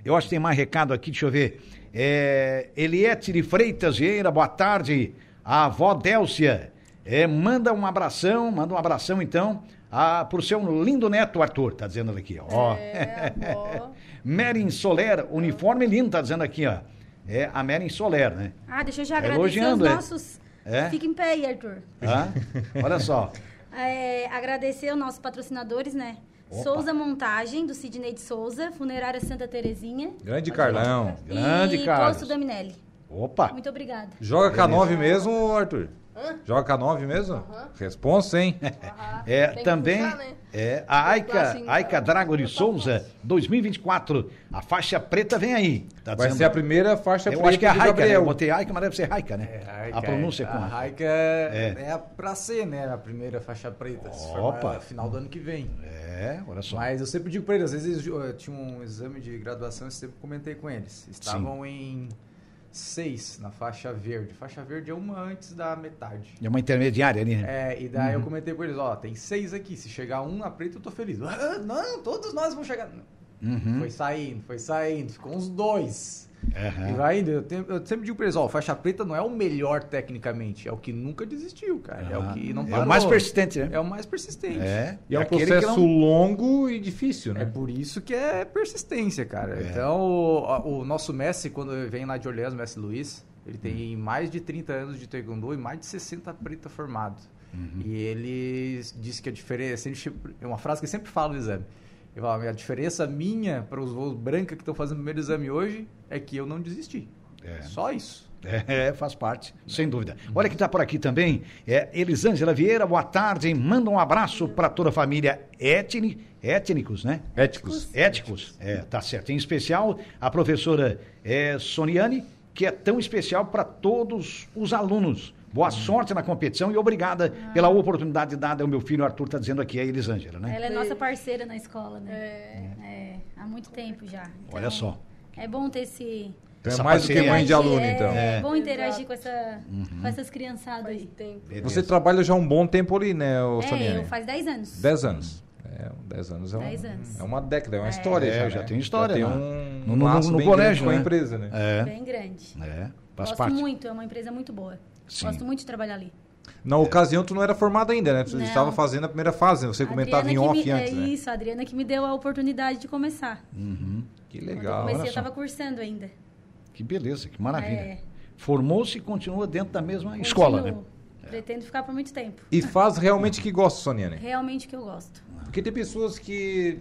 Eu acho que tem mais recado aqui, deixa eu ver. É, Eliette de Freitas Vieira, boa tarde. A avó Délcia, é, manda um abração, manda um abração então a, por seu lindo neto Arthur, tá dizendo ela aqui, ó. É, avó. Merin Soler, uniforme lindo, tá dizendo aqui, ó. É a Merin Soler, né? Ah, deixa eu já Tá agradecer elogiando, é? aos nossos. É? Fica em pé aí, Arthur. Hã? Olha só. É, agradecer aos nossos patrocinadores, né? Opa. Souza Montagem, do Sidney de Souza, Funerária Santa Terezinha. Grande Carlão. Grande, e Carlos. Posto da Minelli. Opa. Muito obrigada. É Joga K9 mesmo, Arthur? Joga K9 mesmo? Responsa, hein? É, Tem que também puxar, né? é, a Puxar Aica, assim, Aica tá? Drago de Tá Souza, 2024. A faixa preta vem aí. Tá Vai dizendo. ser é a primeira faixa Eu preta acho que é a do Raica, né? Gabriel. Eu botei Raica, mas deve ser Raica, né? a pronúncia é com A a. Raica É. é, é a- pra ser, né? A primeira faixa preta. se formar Opa. no final do ano que vem. É, olha só. Mas eu sempre digo pra eles, às vezes eu eu tinha um exame de graduação, eu sempre comentei com eles. Estavam em seis na faixa verde. Faixa verde é uma antes da metade. É uma intermediária ali, né? É, e daí eu comentei com eles, ó, tem seis aqui, se chegar um na preta eu tô feliz. Ah, não, todos nós vamos chegar. Uhum. Foi saindo, foi saindo, ficou uns dois. É, Aham. E vai indo, eu, tenho- eu sempre digo pra eles, ó, o faixa preta não é o melhor tecnicamente, é o que nunca desistiu, cara. É o que não É parou. o mais persistente, né? É o mais persistente. É. E é um Aquele que processo não- longo e difícil, É né? É. por isso que é persistência, cara. Então, o, a- o nosso Messi, quando vem lá de Orleans, o Messi Luiz, ele tem Uhum. mais de 30 anos de taekwondo e mais de 60 preta formado. Uhum. E ele disse que a diferença... ele sempre- É uma frase que eu sempre falo no exame. Ele fala, a diferença minha para os voos branca que estão fazendo o primeiro exame hoje é que eu não desisti. É. Só isso. É, faz parte, sem dúvida. Olha que tá por aqui também, é Elisângela Vieira, boa tarde, manda um abraço para toda a família etni, étnicos, né? Éticos. Éticos, é, tá certo. Em especial, a professora é, Soniane, que é tão especial para todos os alunos. Hum. Boa sorte na competição e obrigada Ah. pela oportunidade dada ao meu filho Arthur, tá dizendo aqui, é Elisângela, né? Ela é nossa parceira na escola, né? É. há muito tempo já. Então, Olha só. É bom ter esse. Então é Essa mais do que parceria. mãe de aluno, é, então. É, bom Exato. interagir com, essa, com essas criançadas Faz aí. tempo. Você Beleza. trabalha já um bom tempo ali, né, ô É, eu Soniane? faz 10 anos. 10 anos. É, 10 anos é, um, Dez anos. é uma década, é uma história. É, já, já né? tem história, Já tem né? um No- no- laço no bem grande colégio, com a né? empresa, né? É, Bem grande. é, faz Gosto parte. muito, é uma empresa muito boa. Sim. Gosto muito de trabalhar ali. Na É. ocasião, tu não era formado ainda, né? Tu Não. estava fazendo a primeira fase, né? você comentava Adriana em que off me- antes, é né? isso, a Adriana que me deu a oportunidade de começar. Que Quando legal. eu comecei, olha eu só. estava cursando ainda. Que beleza, que maravilha. É. Formou-se e continua dentro da mesma escola, né? Continuo. É. Pretendo ficar por muito tempo. E faz realmente que gosta, Soniane. Realmente o que eu gosto. Porque tem pessoas que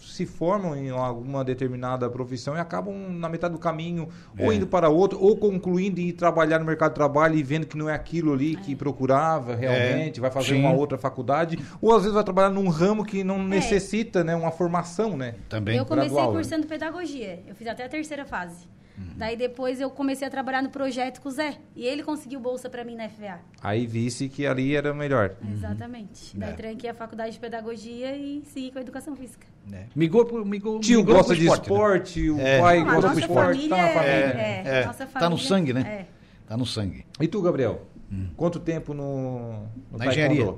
se formam em alguma determinada profissão e acabam na metade do caminho, ou É. indo para outro, ou concluindo e ir trabalhar no mercado de trabalho e vendo que não é aquilo ali que procurava realmente, vai fazer É, sim. uma outra faculdade, ou às vezes vai trabalhar num ramo que não necessita, né, uma formação, né? Também. eu comecei gradual, né? Uhum. cursando pedagogia. Eu fiz até a terceira fase. Daí depois eu comecei a trabalhar no projeto com o Zé. E ele conseguiu bolsa para mim na FVA. Aí visse que ali era melhor. É. Exatamente. Daí tranquei a faculdade de pedagogia e segui com a educação física. né? Migou pro migou, Tio migou gosta pro de né? esporte, o É. pai Não, a gosta de Ah, nossa esporte, tá na família é- família. É, nossa tá no família- sangue, né? é. Tá no sangue. E tu, Gabriel? Quanto tempo no, no Hum. Na taekwondo? engenharia.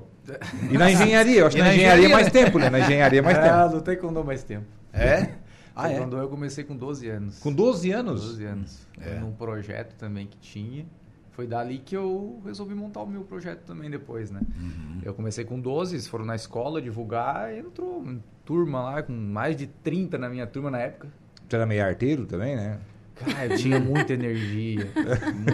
E na engenharia, eu acho E que na na engenharia é engenharia, mais né? tempo, né? Na engenharia é mais ah, tempo. lutei com mais tempo. É? Ah, é? Taekwondo eu comecei com 12 anos. Com 12 anos? 12 anos. Foi num projeto também que tinha. Foi dali que eu resolvi montar o meu projeto também depois, né? Eu comecei com 12, eles foram na escola divulgar, e entrou uma turma lá com mais de 30 na minha turma na época. Tu era meio arteiro também, né? Cara, eu tinha muita energia,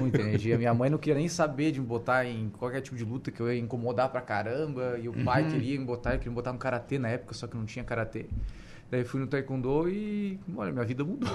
muita energia. Minha mãe não queria nem saber de me botar em qualquer tipo de luta que eu ia incomodar pra caramba. E o pai queria me botar, eu queria me botar no karatê na época, só que não tinha karatê. Daí fui no taekwondo e, olha, minha vida mudou.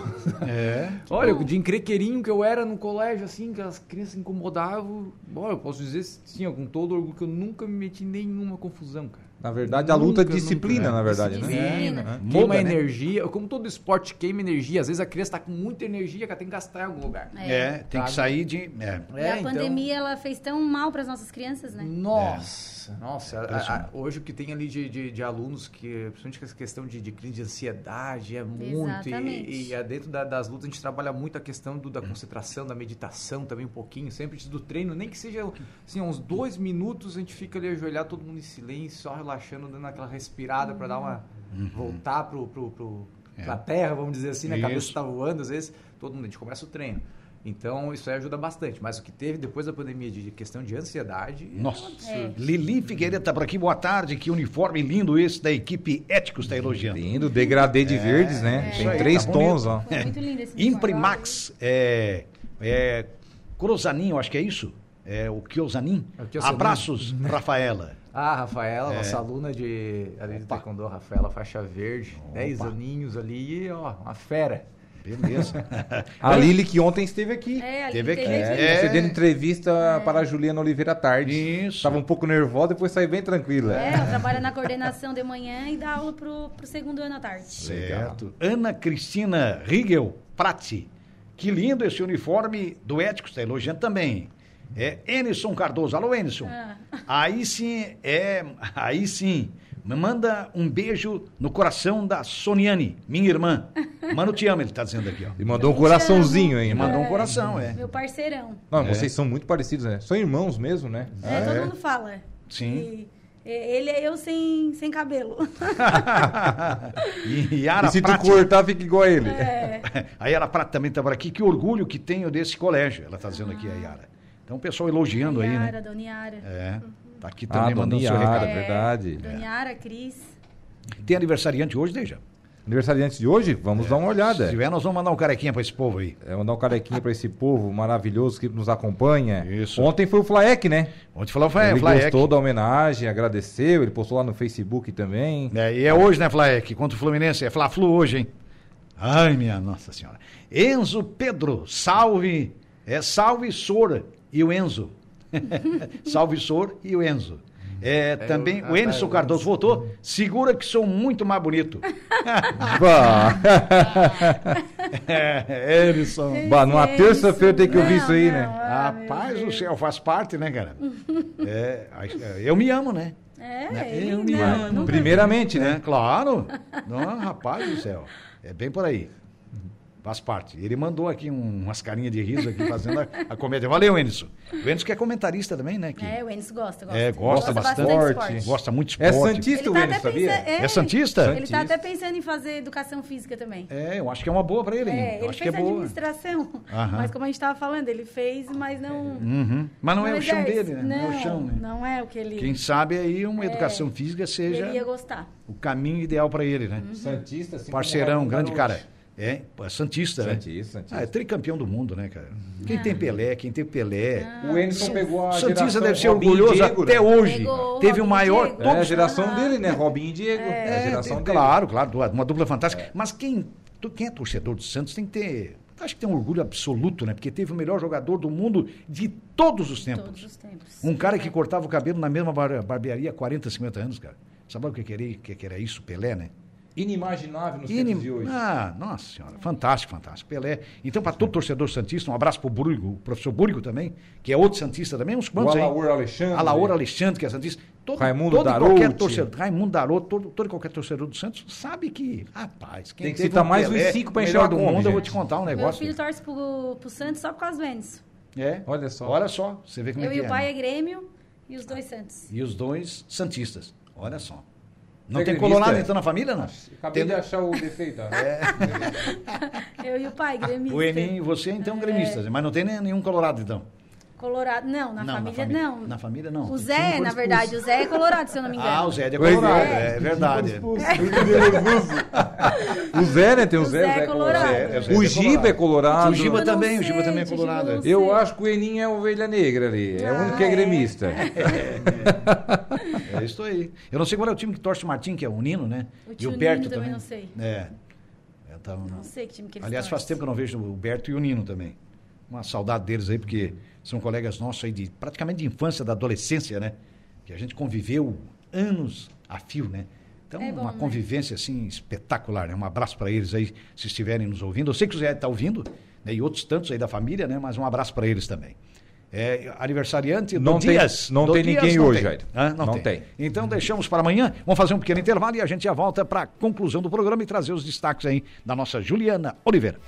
É. Olha, de encrequeirinho que eu era no colégio, assim, que as crianças incomodavam. Olha, eu posso dizer, sim, com todo orgulho, que eu nunca me meti em nenhuma confusão, cara. Na verdade, a luta é Nunca, disciplina, nunca. na verdade, né? Disciplina. Queima Muda, né? energia. Como todo esporte queima energia, às vezes a criança tá com muita energia, cara, tem que gastar em algum lugar. então, É, Tá. tem que Sabe? sair de. É. Hum. E a pandemia, ela fez tão mal para as nossas crianças, né? Nossa, É. nossa. a- impressionante. a- hoje o que tem ali de, de, de alunos, que, principalmente com essa questão de, de crise de ansiedade, é muito. Exatamente. E, e é dentro da- das lutas a gente trabalha muito a questão do- da concentração, da meditação também um pouquinho, sempre antes do treino, nem que seja assim, uns dois minutos, a gente fica ali ajoelhado, todo mundo em silêncio, só relaxando, dando aquela respirada pra dar uma. Uhum. voltar pro. pro, pro Pra terra, vamos dizer assim, né? A cabeça É. Isso. tá voando, às vezes, todo mundo, a gente começa o treino. Então, isso aí ajuda bastante. Mas o que teve depois da pandemia de de questão de ansiedade, Nossa. É. Lili Figueiredo tá por aqui, boa tarde. Que uniforme lindo esse da equipe Éticos está elogiando. Lindo, degradê de verdes, né? É. isso Tem aí, três tá tons, ó. Foi muito lindo esse Imprimax, é, é, Crozanin, eu acho que é isso? É o Kiozanin. É o Kiozanin. Abraços, Rafaela. Ah, Rafaela, nossa aluna de ali do Taekwondo, Rafaela Faixa Verde, 10 aninhos ali, e, ó, uma fera. Beleza. A Lili que ontem esteve aqui. É, ali Teve teve aqui. aqui. É. Você deu entrevista para a Juliana Oliveira à tarde. Isso. Tava um pouco nervosa, depois saiu bem tranquila. É, eu trabalho na coordenação de manhã e dá aula pro, pro segundo ano à tarde. Certo. Ana Cristina Riegel Prati. Que lindo esse uniforme do Éticos, está elogiando também. É Enison Cardoso. Alô, Enison. Ah. Aí sim, é. Aí sim. Me manda um beijo no coração da Soniane, minha irmã. Mano, te amo, ele está dizendo aqui, ó. E mandou um coraçãozinho E ainda. mandou um coração, é. Meu parceirão. Não, vocês são muito parecidos, né? São irmãos mesmo, né? É, todo mundo fala. Ah, Sim. Tá E, e- ele é eu sem, sem cabelo. E Yara E se tu Prati. cortar, fica igual a ele. É. A Yara Prata também estava aqui. Que orgulho que tenho desse colégio. Ela está dizendo aqui, a Yara. Então, o pessoal elogiando aí, né? Ah. Yara, Dona Yara. É. Tá aqui Ah, também Dona mandando seu Yara, recado. É. verdade. Dona Yara, Cris. Tem aniversariante hoje, Deja? Aniversariante de hoje, vamos dar uma Se olhada. tiver, nós vamos mandar um carequinha pra esse povo aí. É, mandar um carequinha pra esse povo maravilhoso que nos acompanha. Isso. Ontem foi o Flaek, né? Ontem falou, Fla- é ele Flaek. gostou da homenagem, agradeceu, ele postou lá no Facebook também. É, e é hoje, né, Flaek? Contra o Fluminense. É Fla-Flu hoje, hein? Ai, minha Nossa Senhora. Enzo Pedro, salve. É salve Sor e o Enzo. salve Sor e o Enzo. É, também o- o ah, Enzo tá, o Cardoso votou. Segura que sou muito mais bonito. Ah, Bah, é, Edson. bah, numa É terça-feira tem que ouvir Não, isso aí, não, né? ah, meu Rapaz do Deus. céu, faz parte, né, cara? É, a- eu me amo, né? É, ele Eu me não, amo. nunca- Primeiramente, né? É, claro. Não, rapaz do céu. É bem por aí. Faz parte. Ele mandou aqui um- umas carinhas de riso aqui fazendo a, a comédia. Valeu, Enison. O Enison que é comentarista também, né? Que É, o Enes gosta, gosta. É, gosta bastante bastante. de esporte. Gosta muito de É esporte. Santista o Enio, sabia? é, É Santista? Ele Santista. tá até pensando em fazer educação física também. É, eu acho que é uma boa pra ele. hein? É, eu ele acho que é fez boa. administração, Aham. mas como a gente estava falando, ele fez, mas não. Uhum. Mas não, é o chão exerce. dele, né? Não, é o chão, né? Não é o que ele, Quem sabe aí uma educação física seja ele ia Uhum. gostar. o caminho ideal pra ele, né? Santista, assim Parceirão, como o grande Raimundo cara. É, é Santista, né? Santista, Santista. Ah, é tricampeão do mundo, né, cara? Quem Ah. tem Pelé, quem tem Pelé. Gaúcho. O Enison pegou a O é. Santista geração deve ser Robinho e orgulhoso Diego, até né? hoje. Pegou Teve o Robinho maior e Diego. É a todos- Ah. geração dele, né? Robinho e Diego. É, a É, geração tem- dele. Claro, claro, du- uma dupla fantástica. Mas quem, tu- quem é torcedor do Santos tem que ter. Acho que tem um orgulho absoluto, né? Porque teve o melhor jogador do mundo de todos os tempos. Todos os tempos. Um cara que cortava o cabelo na mesma bar- barbearia há 40, 50 anos, cara. Sabe o que que era, que que era isso? Pelé, né? inimaginável nos Inim- tempos de hoje. Ah, nossa senhora, fantástico, fantástico. Pelé. Então, para todo torcedor Santista, um abraço pro Burgo, o professor Burgo também, que é outro Santista também, uns quantos aí. Alaor Alexandre. Alaor Alexandre, que é Santista. Todo, Raimundo todo e Darouti. qualquer torcedor, Raimundo Darot, todo, todo e qualquer torcedor do Santos sabe que, rapaz, quem Tem que teve citar um mais uns Pelé, cinco pra melhor encher a do Kombi, mundo, eu vou gente. te contar um Meu negócio. filho tá- torce pro, pro Santos só por causa do Vênus. É. Olha só. Olha só, você vê como Eu é que e o é. pai né? é Grêmio e os dois Santos. E os dois santistas. Olha só. Não Você é tem gremista, colorado é? então na família, não? Acabei Tem- de achar o defeito. ó. Eu e o pai, gremista. O Eninho e você, então, É. gremistas. Mas não tem nem- nenhum colorado, então. Colorado. Não, na, Não, na família, família- não. na família, não. O Tem que ser um Zé, por na expulso. verdade, o Zé é colorado, se eu não me engano. Ah, o Zé é Pois é. colorado, é, verdade. O Zé, né? Tem o Zé. Zé o Zé é colorado. colorado. É, o Zé O é Giba é colorado. O Giba não também, o sei, Giba também é Giba, colorado. não sei. Eu acho que o Eninho é a ovelha negra ali. É o único que é Ah, é. gremista. É isso aí. Eu não sei qual é o time que torce o Martim, que é o Nino, né? O e tio o Berto Nino também. também não sei. É. Eu tava- Não sei que time que eles Aliás, faz torcem. tempo que eu não vejo o Berto e o Nino também. Uma saudade deles aí, porque são colegas nossos aí de praticamente de infância, da adolescência, né? Que a gente conviveu anos a fio, né? Então, É bom, uma né? convivência assim espetacular, né? Um abraço para eles aí, se estiverem nos ouvindo. Eu sei que o Zé está ouvindo, né? E outros tantos aí da família, né? Mas um abraço para eles também. É, aniversariante do Não tem- Dias. não do tem Dias ninguém não hoje, tem. Jair. Hã? Não, Não tem. tem. Então deixamos para amanhã, vamos fazer um pequeno intervalo e a gente já volta para a conclusão do programa e trazer os destaques aí da nossa Juliana Oliveira.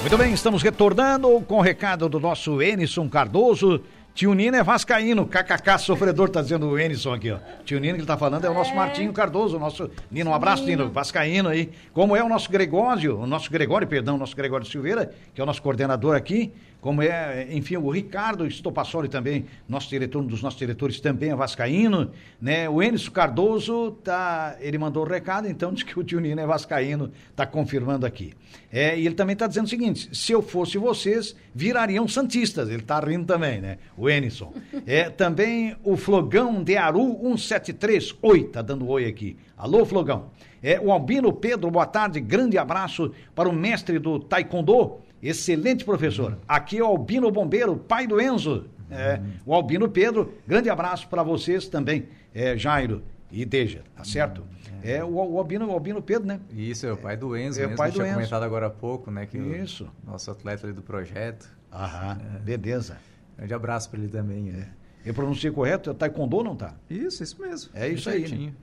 Muito bem, estamos retornando com o recado do nosso Enison Cardoso. Tio Nino é vascaíno, kkk sofredor, tá dizendo o Enison aqui, ó. Tio Nino que ele tá falando é o nosso Martinho Cardoso, o nosso Nino, um abraço, Nino, vascaíno aí. Como é o nosso Gregório, o nosso Gregório, perdão, o nosso Gregório Silveira, que é o nosso coordenador aqui, como é, enfim, o Ricardo Estopassoli também, nosso diretor, um dos nossos diretores também é vascaíno, né? O Enison Cardoso tá, ele mandou o recado, então diz que o tio Nino é vascaíno, tá confirmando aqui. É, e ele também está dizendo o seguinte: se eu fosse vocês, virariam santistas. Ele está rindo também, né? O Enison. É, também o Flogão de Aru 173. Oi, tá dando oi aqui. Alô, Flogão. É, o Albino Pedro, boa tarde. Grande abraço para o mestre do Taekwondo. Excelente professor. Aqui é o Albino Bombeiro, pai do Enzo. É, o Albino Pedro, grande abraço para vocês também, é, Jairo e Deja, tá certo? É, o, o, Albino, o Albino Pedro, né? Isso, é o pai do Enzo, É o mesmo, pai eu tinha do Enzo. comentado agora há pouco, né? Que o Isso. nosso atleta ali do projeto. Aham, beleza. Grande abraço pra ele também, né? Eu pronunciei correto? É taekwondo ou não tá? Isso, isso mesmo. É isso aí, né? Certinho.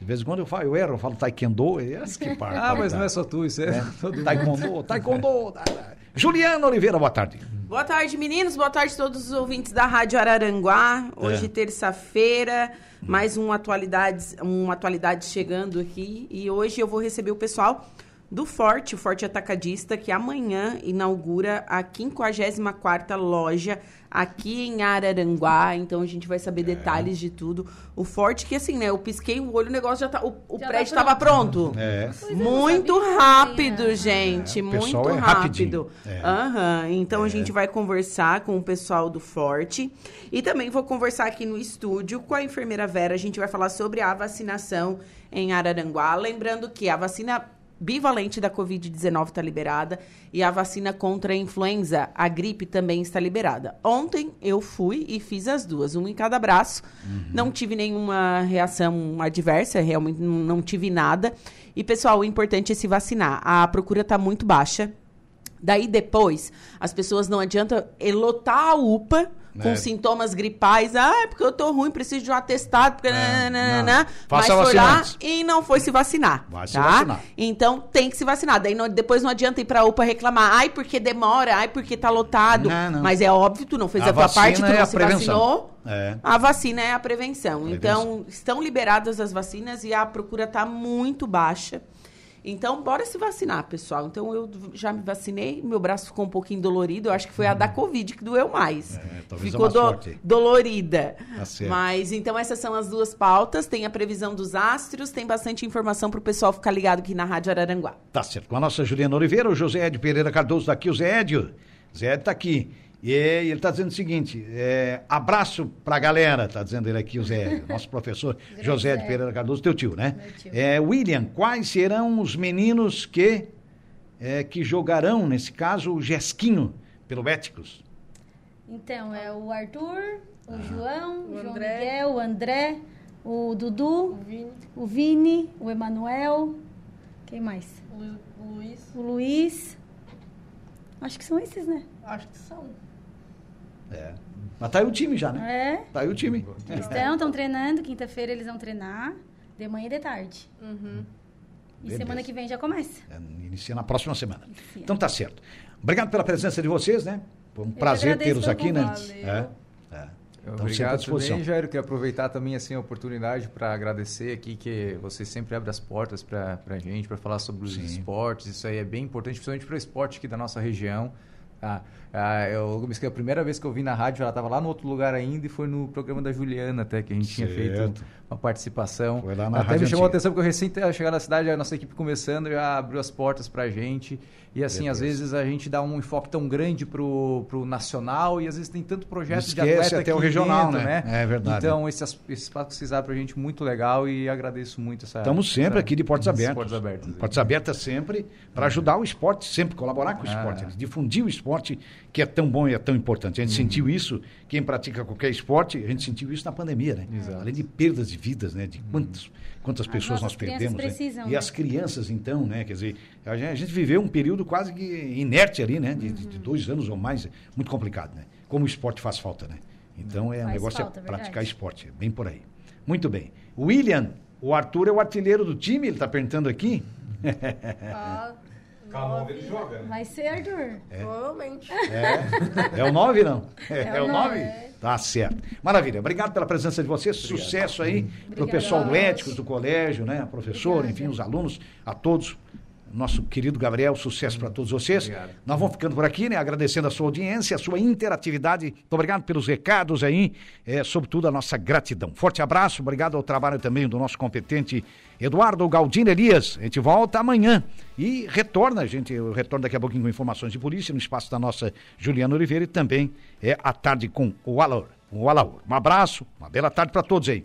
De vez em quando eu falo, eu erro, eu falo taekwondo, e essa que parte. tá? Ah, mas não é só tu, isso é, todo mundo. Taekwondo, taekwondo. tá, tá. Juliana Oliveira, boa tarde. Boa tarde, meninos. Boa tarde a todos os ouvintes da Rádio Araranguá. Hoje, É. terça-feira, mais um atualidades, uma atualidade chegando aqui. E hoje eu vou receber o pessoal do Forte, o Forte Atacadista, que amanhã inaugura a 54ª loja aqui em Araranguá. Então, a gente vai É. saber detalhes de tudo. O Forte que, assim, né? Eu pisquei o olho, o negócio já tá... O, o Já tá prédio pronto. estava pronto. É. Muito sabia que rápido, tinha. gente. É, o pessoal muito é rapidinho. rápido. É. Aham. Então a gente vai conversar com o pessoal do Forte. E também vou conversar aqui no estúdio com a enfermeira Vera. A gente vai falar sobre a vacinação em Araranguá. Lembrando que a vacina bivalente da Covid-19 está liberada e a vacina contra a influenza, a gripe, também está liberada. Ontem eu fui e fiz as duas, uma em cada braço. Não tive nenhuma reação adversa, realmente não- não tive nada. E, pessoal, o importante é se vacinar. A procura está muito baixa. Daí depois, as pessoas não adianta eh, lotar a UPA com É. sintomas gripais. Ah, é porque eu tô ruim, preciso de um atestado. Porque... né, nananana. É, não. Mas Faça foi lá vacinantes. e não foi se vacinar. Vai se tá? vacinar. Então tem que se vacinar. Daí não- depois não adianta ir pra UPA reclamar. Ai, porque demora, ai, porque tá lotado. Não, não. Mas é óbvio, tu não fez A a, tua vacina parte, tu é não a se prevenção. vacinou. É. A vacina é a prevenção. Prevenção. Então, estão liberadas as vacinas e a procura está muito baixa. Então, bora se vacinar, pessoal. Então, eu já me vacinei, meu braço ficou um pouquinho dolorido. Eu acho que foi a da Covid que doeu mais. Uhum. É, talvez ficou é mais forte. dolorida. Tá certo. Mas, então, essas são as duas pautas. Tem a previsão dos astros, tem bastante informação para o pessoal ficar ligado aqui na Rádio Araranguá. Tá certo. Com a nossa Juliana Oliveira, o José Edio Pereira Cardoso daqui, o Zé Edio. Zé Edio tá aqui. E ele está dizendo o seguinte: é, abraço para a galera, está dizendo ele aqui, o Zé, nosso professor Grande José de Zé. Pereira Cardoso, teu tio, né? Meu tio. É, William, quais serão os meninos que, é, que jogarão, nesse caso, o Jesquinho, pelo Éticos? Então, é o Arthur, o Ah, João, o O João André. Miguel, o André, o Dudu, O Vini, o Vini, o Emanuel, quem mais? o Lu- o Luiz, O Luiz. Acho que são esses, né? acho que são. É. Mas tá aí o time já, né? É. Tá aí o time. Eles estão, estão treinando. Quinta-feira eles vão treinar. De manhã e de tarde. E Beleza. semana que vem já começa. É, Inicia na próxima semana. Então tá certo. Obrigado pela presença de vocês, né? Foi um prazer agradeço tê-los pelo aqui, né? convite. É, é. Estamos sempre à Obrigado disposição. também, Jairo. Queria aproveitar também assim, a oportunidade para agradecer aqui que você sempre abre as portas para a gente, para falar sobre os esportes. Isso aí é bem importante, principalmente para o esporte aqui da nossa região. Ah, ah, eu me esqueci, a primeira vez que eu vi na rádio, ela estava lá no outro lugar ainda e foi no programa da Juliana até, que a gente tinha Certo. feito uma participação. Foi lá na até rádio me chamou a antiga. atenção porque eu recém chegar na cidade, a nossa equipe começando já abriu as portas para a gente. E assim, às vezes a gente dá um enfoque tão grande pro, pro nacional e às vezes tem tanto projeto projeto Esquece de atleta até o aqui regional, dentro, né? É verdade. Então, esse, as- esse espaço que vocês abrem pra gente é muito legal e agradeço muito essa. Estamos sempre essa- aqui de portas essas abertas. é. Portas abertas. Portas abertas sempre, para ajudar o esporte, sempre colaborar com o esporte, né? difundir o esporte que é tão bom e é tão importante. A gente sentiu isso, quem pratica qualquer esporte, a gente sentiu isso na pandemia, né? Exato. Além de perdas de vidas, né? De quantas, quantas pessoas nossas nós crianças perdemos, né? precisam, E né? as crianças, então, né? Quer dizer, a gen- a gente, viveu um período quase que inerte ali, né? De, de- Uhum. de dois anos ou mais, é muito complicado, né? Como o esporte faz falta, né? Então, é, o Faz negócio falta, é é praticar verdade. esporte, é bem por aí. Muito bem. William, o Arthur é o artilheiro do time, ele está perguntando aqui. É. Ah, Calma, ele né? joga, Vai ser, Arthur. provavelmente. É o 9, não? É, É é o o 9? nove. Tá certo. Maravilha. Obrigado pela presença de vocês. Sucesso aí pro pessoal do Éticos, do colégio, né? A professora, enfim, os alunos, a todos. Nosso querido Gabriel, sucesso para todos vocês. Obrigado. Nós vamos ficando por aqui, né? Agradecendo a sua audiência, a sua interatividade. Muito obrigado pelos recados aí, é, sobretudo a nossa gratidão. Forte abraço, obrigado ao trabalho também do nosso competente Eduardo Galdino Elias. A gente volta amanhã e retorna, a gente. Eu retorno daqui a pouquinho com informações de polícia no espaço da nossa Juliana Oliveira e também é à tarde com o Alaur. Com o Alaur. Um abraço, uma bela tarde para todos aí.